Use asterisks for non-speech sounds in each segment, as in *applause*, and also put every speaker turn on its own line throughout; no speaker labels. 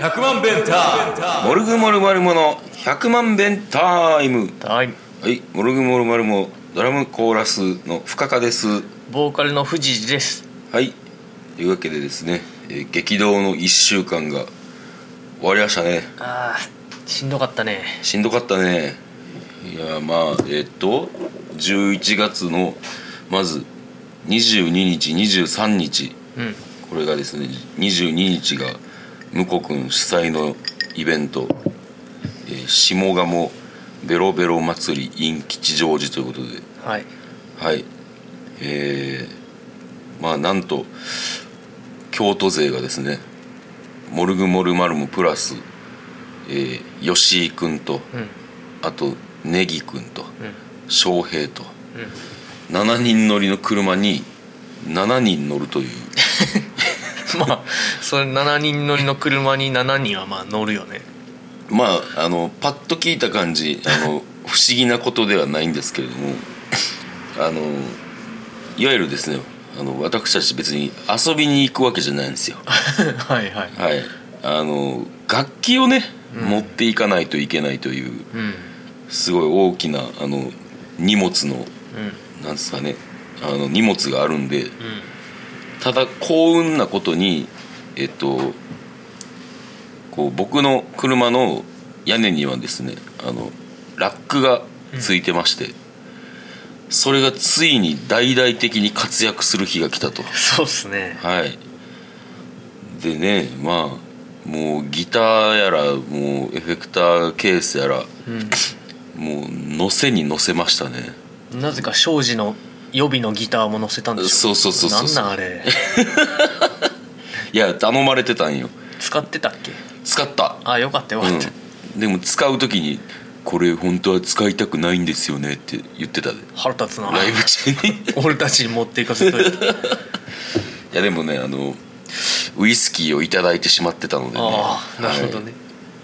100万弁タイム
モルグモルマルモの100万弁タイム
はい
はいモルグモルマルモドラムコーラスの深川です
ボーカルの藤次です
はいというわけでですね、えー激動の1週間が終わりましたね
あーしんどかったね
しんどかったねいやーまあえーっと11月のまず22日23日
うん
これがですね22日が向こくん主催のイベント「えー下鴨ベロベロ祭り in 吉祥寺」ということで
はい *laughs*
はいえーまあなんと京都勢がですねモルグモルマルムプラス、えー吉井君と
うんうん
あとネギ君と翔平と7人乗りの車に7人乗るという
うんまあそれ7人乗りの車に7人はまあ乗るよね
まああのパッと聞いた感じあの不思議なことではないんですけれどもあのいわゆるですねあの私たち別に遊びに行くわけじゃないんですよ。
*laughs* はいはい
はい、あの楽器をね、持っていかないといけないという
うんうん
すごい大きなあの荷物のなんですかねあの荷物があるんで
うん
ただ幸運なことにえっとこう僕の車の屋根にはですねあのラックがついてまして、それがついに大々的に活躍する日が来たと。
そうっすね
はいでねまあもうギターやらもうエフェクターケースやら
う
もう乗せに乗せましたね
んなぜか庄司の予備のギターも乗せたんでし
そ
ょ
うそうそうそう
なんなんあれ
いや頼まれてたんよ
使ってたっけ
使った、
あよかったよかった、
うん、でも使う時に「これ本当は使いたくないんですよね」って言ってたで
腹立つな
ライブ
*laughs*
中にい
俺たちに持っていかせといて *laughs*
やでもねあのウイスキーを頂いただいてしまってたのでね
ああなるほどね、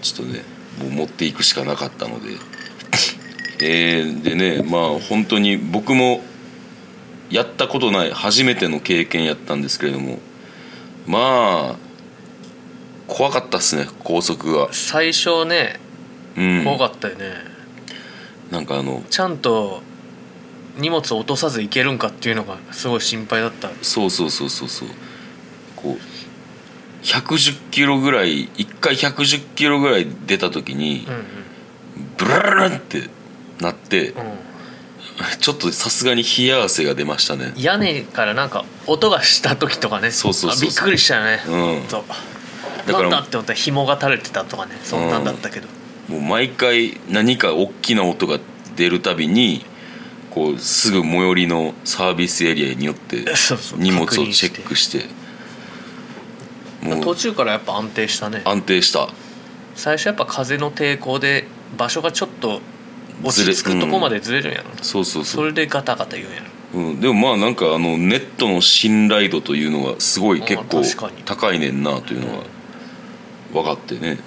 ちょっとねもう持っていくしかなかったのでえーでねまあ本当に僕もやったことない初めての経験やったんですけれどもまあ怖かったっすね高速が
最初ね
うん
怖かったよね、
なんかあの
ちゃんと荷物を落とさず行けるんかっていうのがすごい心配だった
そうそうそうそうそうこう110キロぐらい一回110キロぐらい出た時に
うん
ブルルルンってなって
うん、
ちょっとさすがに冷や汗が出ましたね
うん、屋根からなんか音がした時とかね
そうそうそうそう
あびっくりしたよね、
うん
ほと
だから
なんだって思ったら紐が垂れてたとかねそんなんだったけど、
もう毎回何か大きな音が出るたびにこうすぐ最寄りのサービスエリアによって
*laughs* そうそう
荷物を
確認
チ
して
ェックしても
途
う
中からやっぱ安定したね
安定した
最初やっぱ風の抵抗で場所がちょっと落ち着くとこまでずれるんやろ、
そうそう
そ
そう、
れでガタガタ言うんやろ
うん、でもまあなんかあのネットの信頼度というのがすごい結構
あ確かに
高いねんなというのが分かってね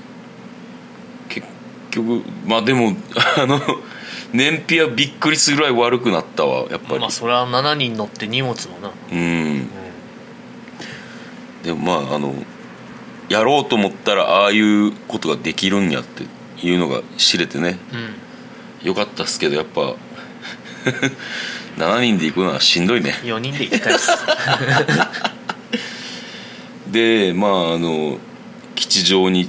結局まあでも *laughs* あの燃費はびっくりするぐらい悪くなったわやっぱり、
まあそれは7人乗って荷物もな、
うんでもまああのやろうと思ったらああいうことができるんやっていうのが知れてね
うん、
よかったっすけどやっぱ *laughs* 7人で行くのはしんどいね
4人で行きたいっ *laughs* す
でまああの吉祥寺に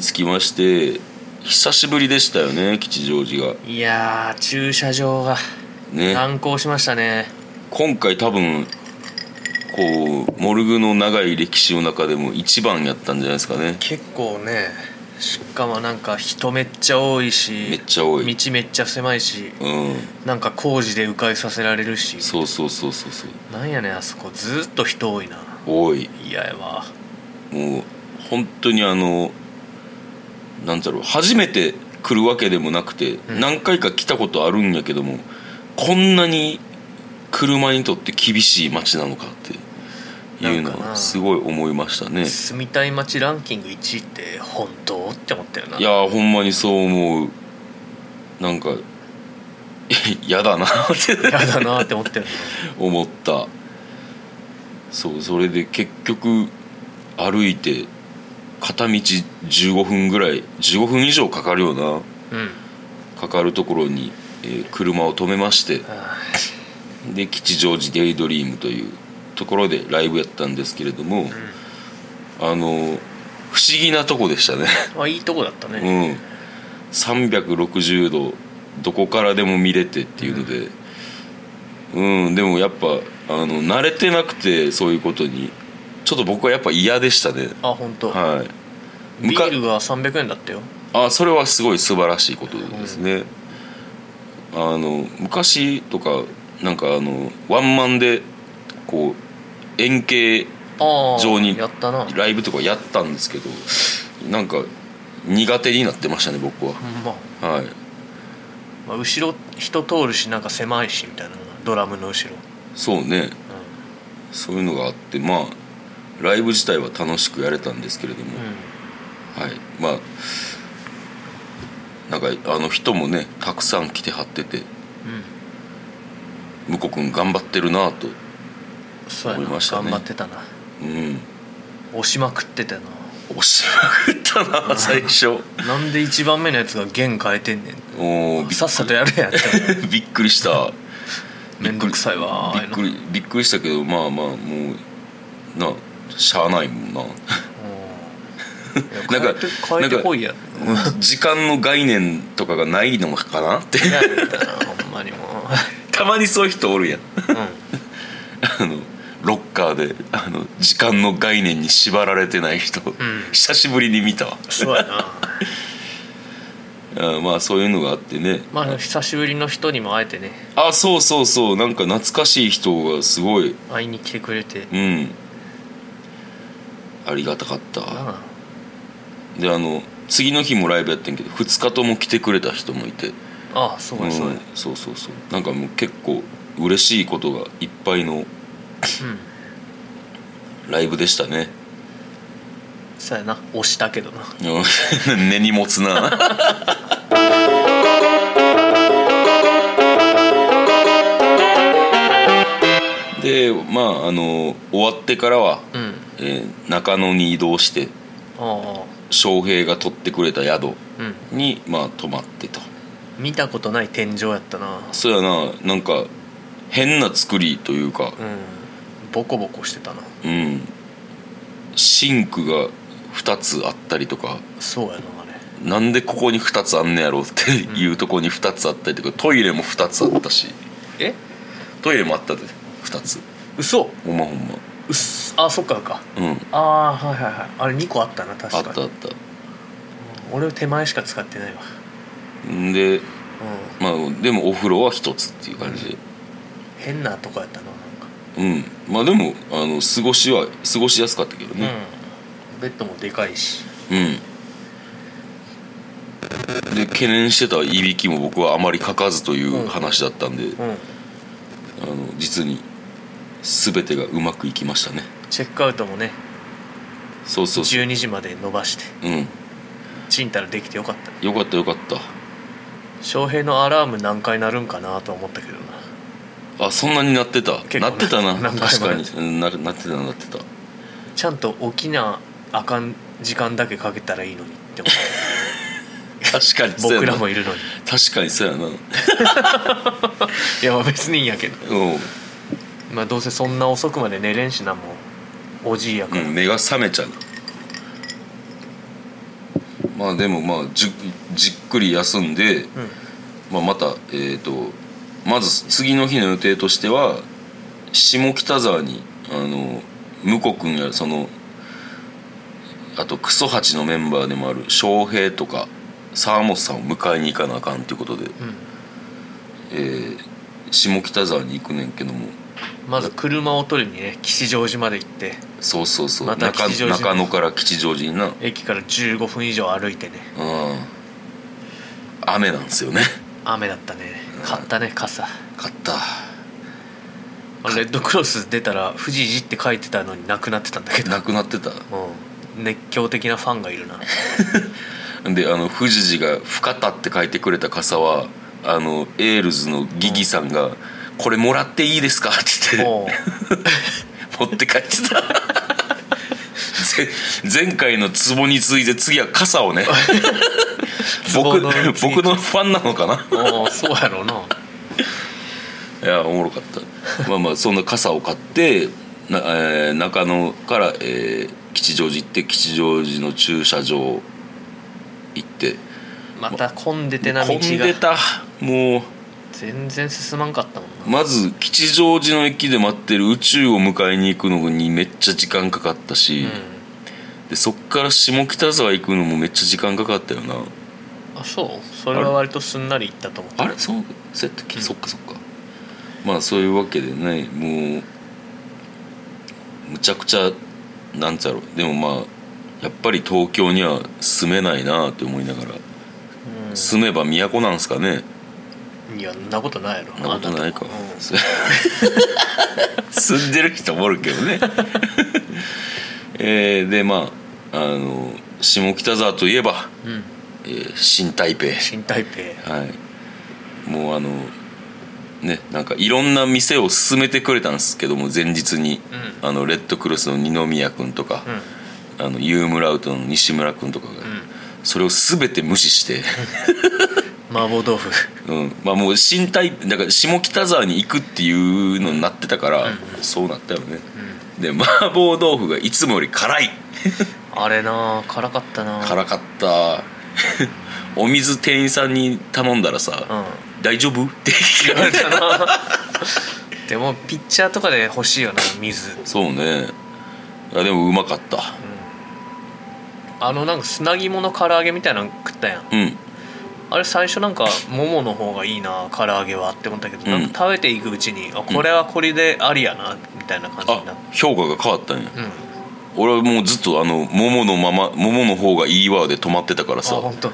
着きまして久しぶりでしたよね吉祥寺が
いやー駐車場が
ね
難航しましたね
今回多分こうモルグの長い歴史の中でも一番やったんじゃないですかね
結構ねしかもなんか人めっちゃ多いし
めっちゃ多い
道めっちゃ狭いし
うん
なんか工事で迂回させられるし
そうそうそうそうそう
なんやねんあそこずーっと人多いな
多い
嫌やわ
もう本当にあのなんだろう初めて来るわけでもなくて、
うん
何回か来たことあるんやけどもこんなに車にとって厳しい街なのかっていうの
なんか
は
な
すごい思いましたね
住みたい街ランキング1位って本当って思ったよない
やーほんまにそう思うなんか *laughs* 嫌だなって
やだなーって思ったよな
思ったそうそれで結局歩いて片道15分ぐらい15分以上かかるような *laughs*
うん
かかるところに、えー車を止めまして
あ
で吉祥寺デイドリームというところでライブやったんですけれども、あの不思議なとこでしたね、
ーあいいとこだったね、
うん、360度どこからでも見れてっていうので、うんでもやっぱあの慣れてなくてそういうことにちょっと僕はやっぱ嫌でしたね
あ本当。
はい
ビ
向か
ールが300円だったよ
あそれはすごい素晴らしいことですね、あの昔とかなんかあのワンマンでこう円形
ああ
上に
やったな
ライブとかやったんですけどなんか苦手になってましたね僕は
ほ、んま
はい
まあ、後ろ人通るしなんか狭いしみたいなドラムの後ろ、
そうねそういうのがあってまあライブ自体は楽しくやれたんですけれども、はいまあなんかあの人もねたくさん来てはってて
うんうん
向こう君頑張ってるなぁと
そうや
思
ない
ましたね
頑張ってたな
うん
押しまくってたな
押しまくった
*laughs*
な最初
なんで1番目のやつが弦変えてんねん
おーび
さっさとやれやって
っ *laughs* びっくりした
めんどくさいわ
びっく
り
りびっくりしたけどまあまあもうなあしゃあないもんな
な
なんん
か
か
変えてこいや
時間の概念とかがないのかなって
いやみたいなほんまにもう、
たまにそういう人おるやん
うん、
あのロッカーであの時間の概念に縛られてない人、久しぶりに見たわ
そう *laughs* やな
あまあそういうのがあってね
まあ久しぶりの人にも会えてね
あそうそうそうなんか懐かしい人がすごい
会いに来てくれて
うんありがたかった
あ
であの次の日もライブやってんけど2日とも来てくれた人もいて
ああそうやそうや、
んそうそうそうなんかもう結構嬉しいことがいっぱいの
うん、
ライブでしたね
そうやな押したけどな
うん根に持つなでまああの終わってからは、
うん
えー中野に移動して
ああ
翔平が取ってくれた宿
うん
にまあ泊まってと
見たことない天井やったな
そうやななんか変な作りというか
うんボコボコしてたな
うんシンクが2つあったりとか
そうやなあれ
なんでここに2つあんねやろうっていうとこに2つあったりとかトイレも2つあったし
え
トイレもあったで2つ
嘘
ほんまほんま
うっすあそっかか
うん
ああはいはいはいあれ2個あったな確か
あっ
に
たあった
俺手前しか使ってないわ
んで
うん
まあでもお風呂は1つっていう感じで
変なとこやったななんか
うんまあでもあの過ごしは過ごしやすかったけどね
うんベッドもでかいし
うんで懸念してたいびきも僕はあまりかかずという話だったんで、
うん
あの実に全てがうまくいきましたね
チェックアウトもね
そうそうそう
12時まで伸ばして
うん
ちんたらできてよかった
よかったよかっ
翔平のアラーム何回鳴るんかなとは思ったけどな
たあそんなになってた
結構
なってたな
*laughs* 何回
確
も
かにうんななってたなってた
ちゃんと起きなあかん時間だけかけたらいいのにって思っ
確かに *laughs*
た
そうや
僕
な
らもいるのに
確かにそうやなうん
いやまあ別にいいんやけどまあどうせそんな遅くまで寝れんしなもうおじいやから、
うん目が覚めちゃうまあでもまあじじっくり休んで、まあ、またえっ、とまず次の日の予定としては下北沢にあの向こくんやそのあとクソハチのメンバーでもある翔平とか沢本さんを迎えに行かなあかんということで、
ん
えー下北沢に行くねんけども
まず車を取りにね吉祥寺まで行って
そうそうそう、
また
中
吉祥寺
中野から吉祥寺にな、うん、
駅から15分以上歩いてね
雨なんですよね
雨だったね
うん
買ったね傘
買った
レッドクロス出たら「富士寺」って書いてたのになくなってたんだけど
なくなってた
うん熱狂的なファンがいる
*laughs*
な
であの富士寺が「深田」って書いてくれた傘はあのエールズのギギさんが「これもらっていいですか?」って言って
もう
*laughs* 持って帰ってたぜ前回の壺に次いで次は傘 *laughs* をね僕
壺の次
僕のファンなのかな
ああそうやろうない
やおもろかったまあまあそんな傘を買ってな、えー中野から、えー吉祥寺行って吉祥寺の駐車場行って
また混んでてな道
混
が
んでたもう
全然進まんかったもんな
まず吉祥寺の駅で待ってる宇宙を迎えに行くのにめっちゃ時間かかったし、
うん
でそっから下北沢行くのもめっちゃ時間かかったよな
あそうそれは割とすんなりいったと思う
あれそうそうやったっけ、
うん
そっかそっかまあそういうわけでねもうむちゃくちゃなんつうやろでもまあやっぱり東京には住めないなって思いながら、
う
住めば都なんすかね
んいやんなことないやろ
そんなことないか、
あたうん
そう *laughs* 住んでる人もおるけどね *laughs* えーでまああの下北沢といえば、
うん、
えー新台北
新台北
はい、もうあのねなんかいろんな店を勧めてくれたんですけども前日に、
うん
あのレッドクロスの二宮君とか、あのユームラウトの西村君とかが、
うん、うん、
それを全て無視して、
麻婆豆腐
うんまあ、もう新台だから下北沢に行くっていうのになってたから、そうなったよね、で麻婆豆腐がいつもより辛い
あれなあ辛かったなあ
辛かった *laughs* お水店員さんに頼んだらさ「
う
大丈夫?」って聞かれて
ん *laughs* でもピッチャーとかで欲しいよな水、うん、
そうねいやでもうまかった
あのなんか砂肝の唐揚げみたいなの食ったやん
うん
あれ最初なんかももの方がいいな唐揚げはって思ったけど、
うん
なんか食べていくうちにあこれはこれでありやなみたいな感じになっ
あ評価が変わったんや
たうん
俺はもうずっとあの桃のまま桃の方がいいわで止まってたから
あ
さ
本当あ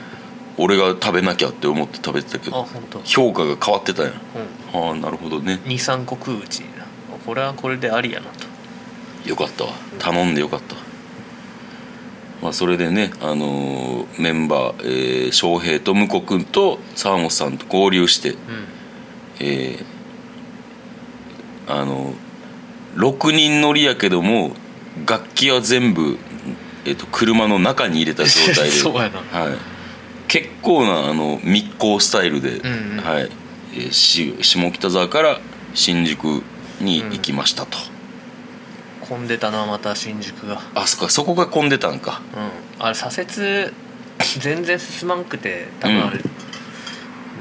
俺が食べなきゃって思って食べてたけど
本当。
評価が変わってたんや
う
ああなるほどね
ん23個食ううちになあこれはこれでありやなと
よかったわ頼んでよかったまあそれでね、あのーメンバー、えー翔平と向こくんと沢本さんと合流して、
うん
えーあの6人乗りやけども楽器は全部、えっと車の中に入れた状態で
*laughs* そうやな
はい、結構なあの密航スタイルで、
んうん
はいえーし下北沢から新宿に行きましたと、
混んでたなまた新宿が
あそっかそこが混んでたんか
うん、あれ左折 *laughs* 全然進まんくて多分あれ、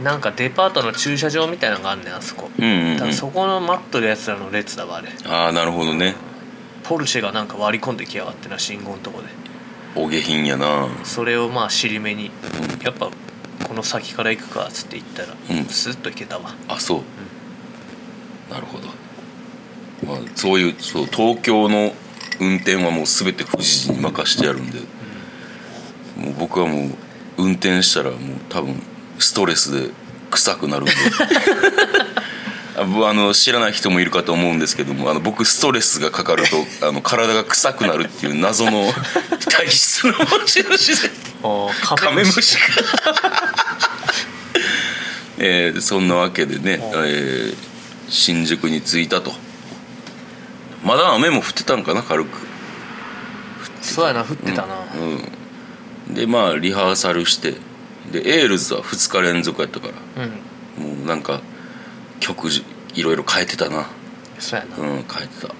なんかデパートの駐車場みたいなのがあんねんあそこ、
うんうん、うん、
多分そこの待っとるやつらの列だわあれ
ああなるほどね
ポルシェがなんか割り込んできやがってな信号のとこで
お下品やな
それをまあ尻目にやっぱこの先から行くかっつって行ったら、
うん
スッと行けたわ
あそう、なるほど、まあ、そういうそう東京の運転はもう全て富士に任してやるんで、もう僕はもう運転したらもう多分ストレスで臭くなる *laughs* んであぶあの知らない人もいるかと思うんですけどもあの僕ストレスがかかるとあの体が臭くなるっていう謎の体質の持ち主で。
ああ
カメムシかえーそんなわけでね、え
うん
ー新宿に着いたとまだ雨も降ってたんかな軽く
そうやな降ってたな、
うんでまあリハーサルしてでエールズは2日連続やったから
うん
もうなんか曲じいろいろ変えてたな
そうやな、
うん変えてた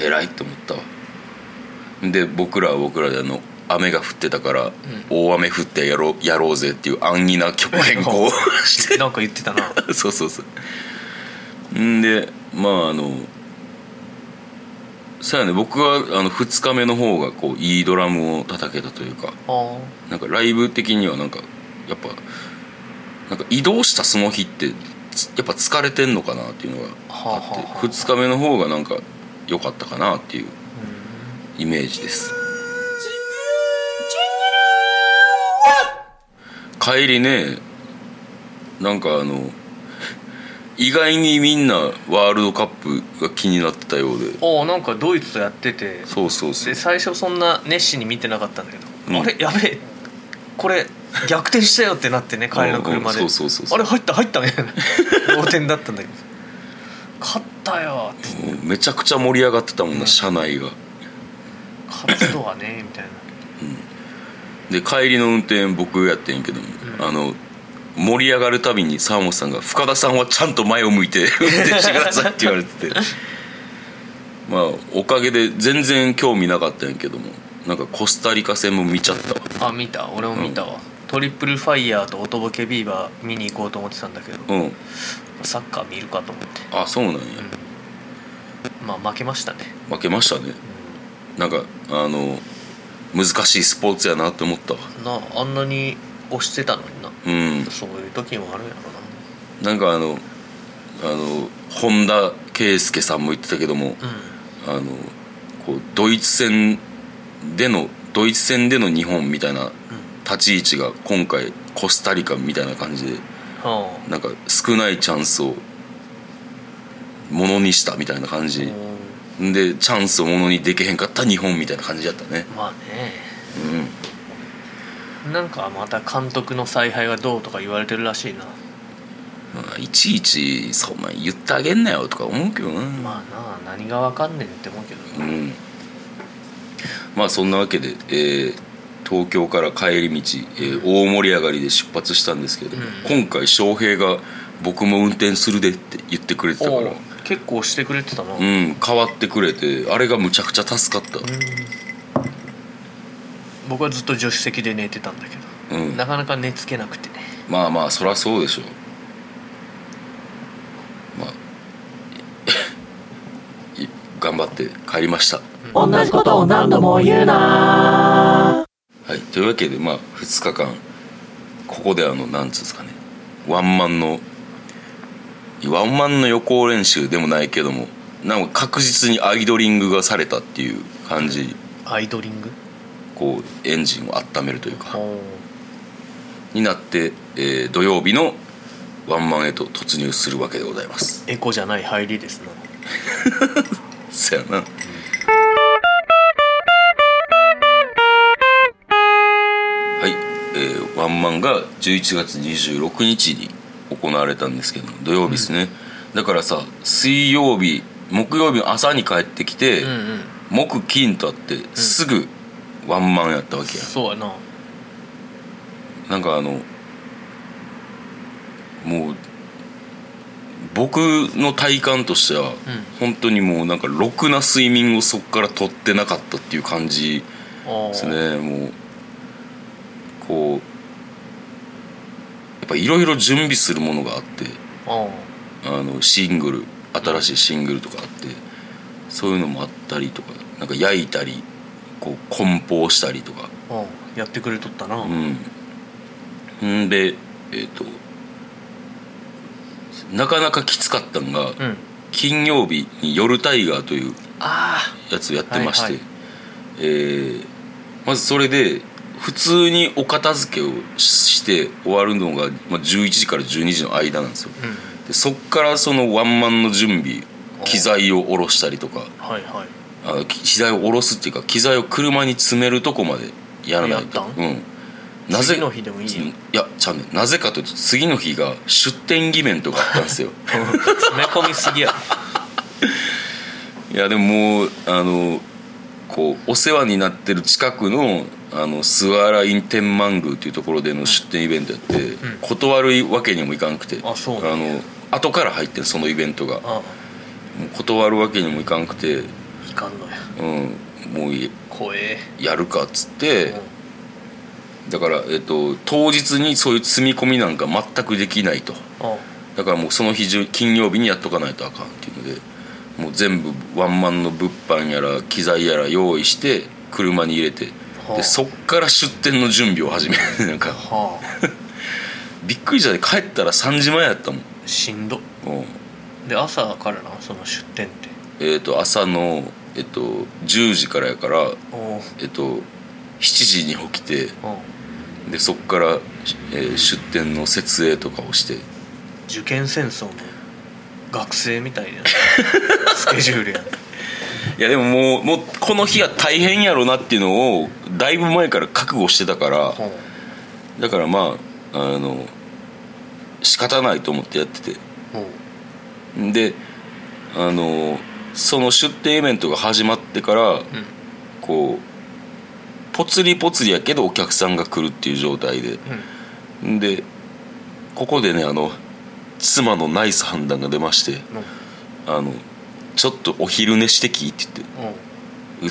偉いって思ったわで僕らは僕らであの雨が降ってたから、大雨降ってやろうやろうぜっていう安易な曲変更
*laughs*
をして
なんか言って
*laughs*
たな
そうそうそうんでまああのそうやね僕はあの2日目の方がこういいドラムを叩けたというか
あ
なんかライブ的にはなんかやっぱなんか移動したその日ってつやっぱ疲れてんのかなっていうのがあ
はあはあは
っ
あ
て2日目の方がなんか良かったかなっていうイメージです帰りねなんかあの意外にみんなワールドカップが気になってたようで
ああなんかドイツとやってて
そうそうそう
で最初そんな熱心に見てなかったんだけど、
うん
あれやべえこれ逆転したよってなって
*laughs*
ね帰りの車で、
うんうんそうそうそうそう
あれ入った入ったみたいな *laughs* 同点だったんだけど勝っったよ」って
もうめちゃくちゃ盛り上がってたもんな、
うん
車内が
「勝つとはね」みたいな
で帰りの運転僕やってんけども、
うん
あの盛り上がるたびに沢本さんが「深田さんはちゃんと前を向
*laughs*
いて運転してください」って言われててまあおかげで全然興味なかったんやけどもなんかコスタリカ戦も見ちゃったわ
あ見た俺も見たわ、トリプルファイヤーとおとぼけビーバー見に行こうと思ってたんだけど
うん
サッカー見るかと思って、
あそうなんや
まあ負けましたね、
負けましたねなんかあの難しいスポーツやなって思ったわ
なああんなに押してたのにな、
うん
そういう時もあるんやろ
なんかあのあの本田圭佑さんも言ってたけども、
な
あのこうドイツ戦でのドイツ戦での日本みたいな立ち位置が今回コスタリカみたいな感じで
うん、はあ
なんか少ないチャンスをものにしたみたいな感じ
うん
でチャンスをものにできへんかった日本みたいな感じだったね
まあね
うん
なんかまた監督の采配がどうとか言われてるらしいな
まあいちいちそんなん言ってあげんなよとか思うけどな
まあなあ何がわかんねんって思うけど
う
な、
んまあそんなわけで、えー東京から帰り道、えー大盛り上がりで出発したんですけど、
うん
今回翔平が「僕も運転するで」って言ってくれてたか
お
ら
う結構してくれてたな、
う
うん
ん変わってくれてあれがむちゃくちゃ助かった
僕はずっと助手席で寝てたんだけど
うん
なかなか寝つけなくてね
まあまあそりゃそうでしょうまあい頑張って帰りました
同じことを何度も言うな
はい、というわけでまあ2日間ここであのなんつうんですかねワンマンのワンマンの予行練習でもないけどもなんか確実にアイドリングがされたっていう感じ
アイドリング
こうエンジンを温めるというか
おう
になって、えー土曜日のワンマンへと突入するわけでございます
エコじゃない入りですな
そやなはい、えーワンマンが11月26日に行われたんですけど土曜日ですね、だからさ水曜日木曜日の朝に帰ってきて、
うんうん
木金とあってすぐワンマンやったわけや、
そうやな
なんかあのもう僕の体感としては、本当にもうなんかろくな睡眠をそこから取ってなかったっていう感じ
おう
ですねもうこうやっぱいろいろ準備するものがあって
おう
あのシングル新しいシングルとかあってそういうのもあったりとかなんか焼いたりこう梱包したりとか
おうやってくれとったな、
うんんでえっ、となかなかきつかったのが、
うん
金曜日に「夜タイガー」という
あ
やつをやってまして、
はいはい
えーまずそれで普通にお片付けをして終わるのが、まあ、11時から12時の間なんですよ
あうん
でそっからそのワンマンの準備機材を下ろしたりとか
はいはい
あのき機材を下ろすっていうか機材を車に詰めるとこまでやらないと
やったん
うんなぜ
次の日でもいいよ
いやちゃうねんなぜかというと次の日が出店イベントがあったん
*laughs*
ですよ
*laughs* 詰め込みすぎや
いやでももうあのこうお世話になってる近くのあのスワライン天満宮というところでの出店イベントやって、
ん
断るわけにもいかなくて
あそうなん
の後から入ってんそのイベントがも
*laughs* あ
う断るわけにもいかなくて、
あいかんのや
うん、もうい
怖え
やるかっつって、だから、えっと、当日にそういう積み込みなんか全くできないと
おう
だからもうその日中金曜日にやっとかないとあかんっていうのでもう全部ワンマンの物販やら機材やら用意して車に入れて
はあ
でそっから出店の準備を始める *laughs* なんか
はあ
びっくりしたで帰ったら3時前やったもん
しんど
もう
で朝からなその出店って
えっ、と朝の、えっと10時からやから、
おう
えっと7時に起きて
おう
でそっから、えー出店の設営とかをして
受験戦争の学生みた *laughs* いなスケジュールやん
いやでももうもうこの日は大変やろなっていうのをだいぶ前から覚悟してたから
おう
だからまああの仕方ないと思ってやってて
おう
であのその出店イベントが始まってから、こうぽつりぽつりやけどお客さんが来るっていう状態ででここでねあの妻のナイス判断が出まして
うんうん
あのちょっとお昼寝してきって言
うん
っ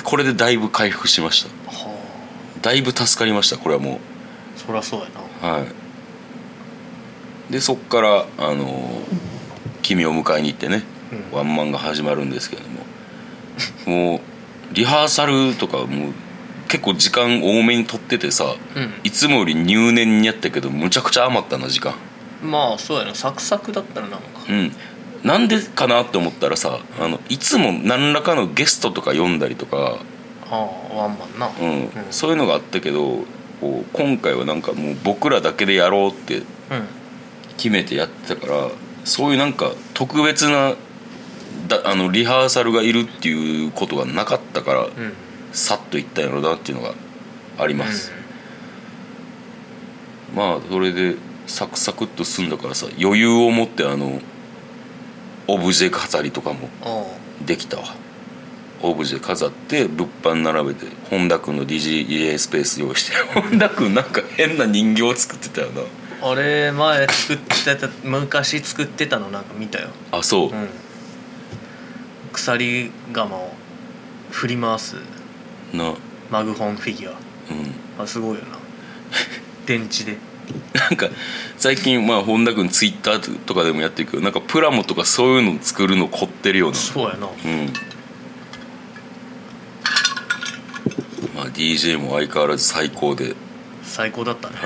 てこれでだいぶ回復しました
は
だいぶ助かりましたこれはも
あそりゃそうやな
うはいでそっからあの君を迎えに行ってね、
うん
ワンマンが始まるんですけれどももうリハーサルとかもう結構時間多めに取っててさいつもより入念にやったけどむちゃくちゃ余ったな時間
うんまあそうやなサクサクだったらなんか
うんなんでかなって思ったらさあのいつも何らかのゲストとか読んだりとか、
ああワンマンな
うんそういうのがあったけどこう今回はなんかもう僕らだけでやろうって
うん
決めてやってたからそういうなんか特別なだあのリハーサルがいるっていうことがなかったから、
うん
さっといったんやろなっていうのがあります、まあそれでサクサクっと済んだからさ余裕を持ってあのオブジェ飾りとかも
うんあ
できたわオブジェ飾って物販並べて本田君の DJ スペース用意して *laughs* 本田君なんか変な人形作ってたよな
ああれ前作ってた昔作ってたのなんか見たよ
あそう、
うん鎖釜を振り回す
なうん
マグホンフィギュアあすごいよな *laughs* 電池で
なんか最近まあ本田君ツイッターとかでもやってるけどなんかプラモとかそういうの作るの凝ってるような
そうやな
うんまあ DJ も相変わらず最高で
最高だったね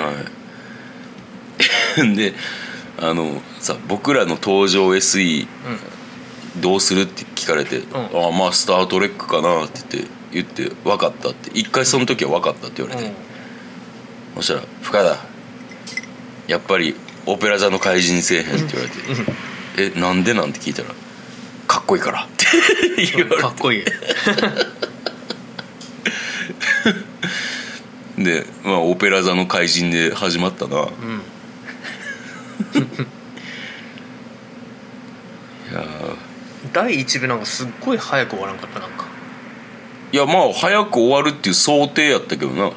はい *laughs* であのさ僕らの登場 SE どうするって聞かれて「
ん
ああまあスター・トレックかな」って言って言って「分かった」って一回その時は分かったって言わ
う
れ
ん
て、
う
そ
ん
したら「深田やっぱりオペラ座の怪人せえへん」って言われて「えなんで?」なんて聞いたら「かっこいいから」って言われて
かっ *laughs* こいい
で、まあ、オペラ座の怪人で始まったな、い
うん
や
第一部なんかすっごい早く終わらんかったなんか
ーいやまあ早く終わるっていう想定やったけどな
う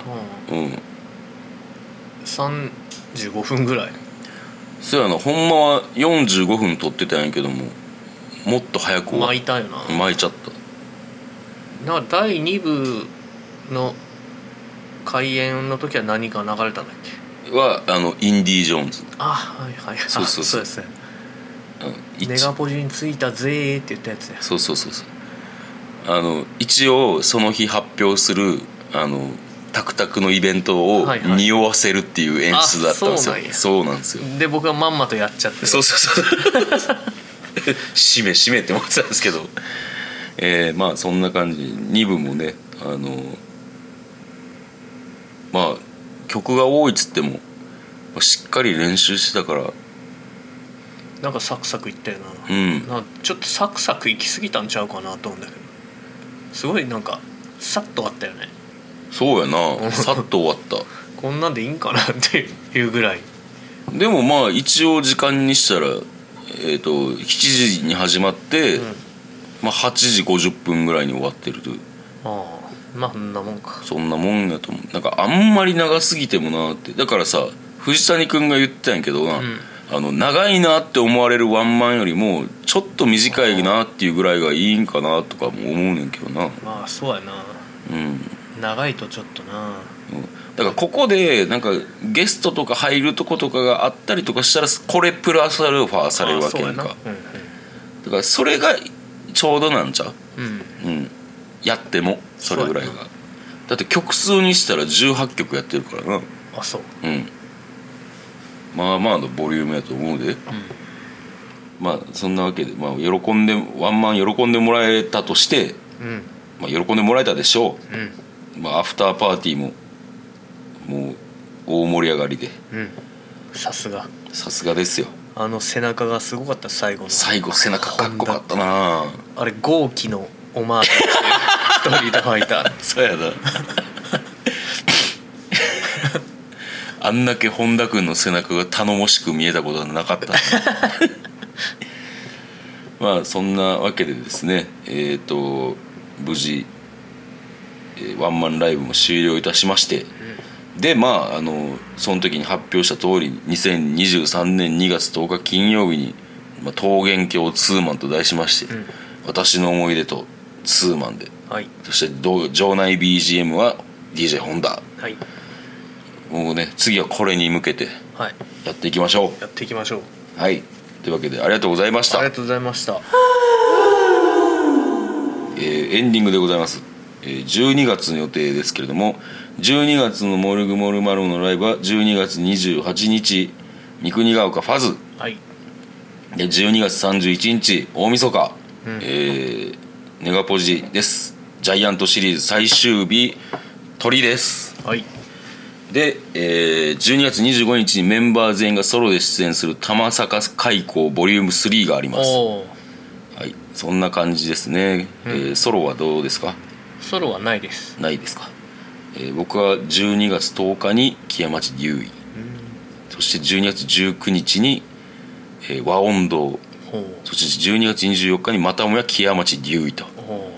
うん
ん35分ぐらい
そやなほんまは45分撮ってたんやけどももっと早く終わ
巻いたよな
巻いちゃった
なんか第2部の開演の時は何か流れたんだっけ
はあのインディ・ージョーンズ
あはいはいはい
そうそうそう
ですね
あの一
ネガポジに着いたぜーって言ったやつや
そうそうそうそうあの一応その日発表するあのタクタクのイベントを
はいはい
匂わせるっていう演出だったんですよ、
あそうなんや
そうなんですよ
で僕はまんまとやっちゃって
そうそうそう
*laughs*
締め締めって思ってたんですけどえーまあそんな感じ2部もねあのまあ曲が多いっつってもまあしっかり練習してたから
なんかサクサクいったよ
う
な,、
ん
なんかちょっとサクサクいきすぎたんちゃうかなと思うんだけどすごいなんかさっとあったよね
そうや
*laughs*
なさっと終わった
こんなんでいいんかなっていうぐらい
でもまあ一応時間にしたら、えー、と7時に始まって、
うん
まあ、8時50分ぐらいに終わってるという
ああまあそんなもんか
そんなもんやと思うなんかあんまり長すぎてもなってだからさ藤谷君が言ってたんやけどな、
ん
あの長いなって思われるワンマンよりもちょっと短いなっていうぐらいがいいんかなとかも思うねんけどな
まあそうやな
うん
長いとちょっとな
うんだからここでなんかゲストとか入るとことかがあったりとかしたらこれプラスアルファされるわけやん
あ
か
あそうや
だからそれがちょうどなんちゃう、
なうん、うんうん、
うん、やってもそれぐらいが
そうや
だって曲数にしたら18曲やってるからな
あそう
うんまあまあのボリュームやと思うで、まあそんなわけで、まあ、喜んでワンマン喜んでもらえたとして、
うん
まあ、喜んでもらえたでしょ
うん
う、まあ、アフターパーティーももう大盛り上がりで
うんさすが
さすがですよ
あの背中がすごかった最後の
最後背中かっこよかったな
あれ豪気のオマ
*laughs*
ージュしてるストリートファイター
そうやなあんだけ本田君の背中が頼もしく見えたことはなかったなままあそんなわけでですねえっ、と無事、えーワンマンライブも終了いたしまして、でまああのその時に発表した通り2023年2月10日金曜日に「まあ、桃源郷ツーマン」と題しまして、
うん
私の思い出とツーマンで
はい
そしてどう場内 BGM は DJ ホンダ
はい
もうね次はこれに向けて
はい
やっていきましょ
やっていきましょう
うはいというわけでありがとうございまし
あ
た
りが、とうございました
えーエンディングでございますえー12月の予定ですけれども12月の「モルグモルマロ」のライブは12月28日三国ヶ丘ファズ
はい
で12月31日大晦日、
うん
えーネガポジですジャイアントシリーズ最終日鳥です
はい
で、えー12月25日にメンバー全員がソロで出演する「玉坂開港ボリューム3があります、は
おお
い、そんな感じですね、
うん
えーソロはどうですか
ソロはないです
ないですか、えー僕は12月10日に木屋町優衣そして12月19日に、えー和音堂
ほ
そして12月24日にまたもや木屋町優衣と
うほ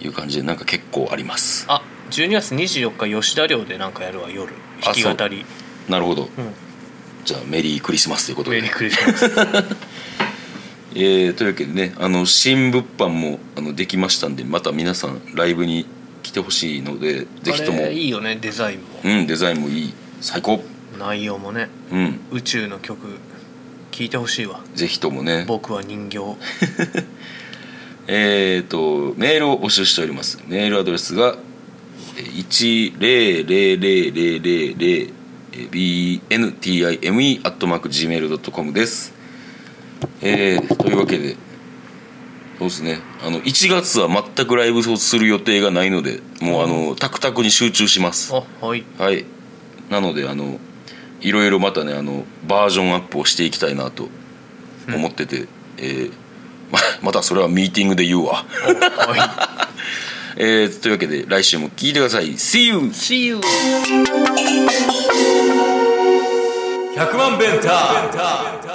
う
いう感じでなんか結構あります
あ12月24日吉田寮でなんかやるわ夜弾
あ
き語り
なるほど
うん
じゃあメリークリスマスということで
メリークリ *laughs* スマス
えーというわけでねあの新物販もあのできましたんでまた皆さんライブに来てほしいのでぜひとも
あれいいよねデザインも
うん、デザインもいい最高、
内容もね
うん、
宇宙の曲聴いてほしいわ
ぜひともね
僕は *laughs* 人形
えー、とメールを募集しておりますメールアドレスがえー 1000000bntime.gmail.com です、えーというわけでそうですねあの1月は全くライブをする予定がないのでもうあのタクタクに集中します
あはい
はいなのであのいろいろまたねあのバージョンアップをしていきたいなと思ってて、えーままたそれはミーティングで言うわ、
はい
えーというわけで来週も聞いてください See you!
See you
100万ベンター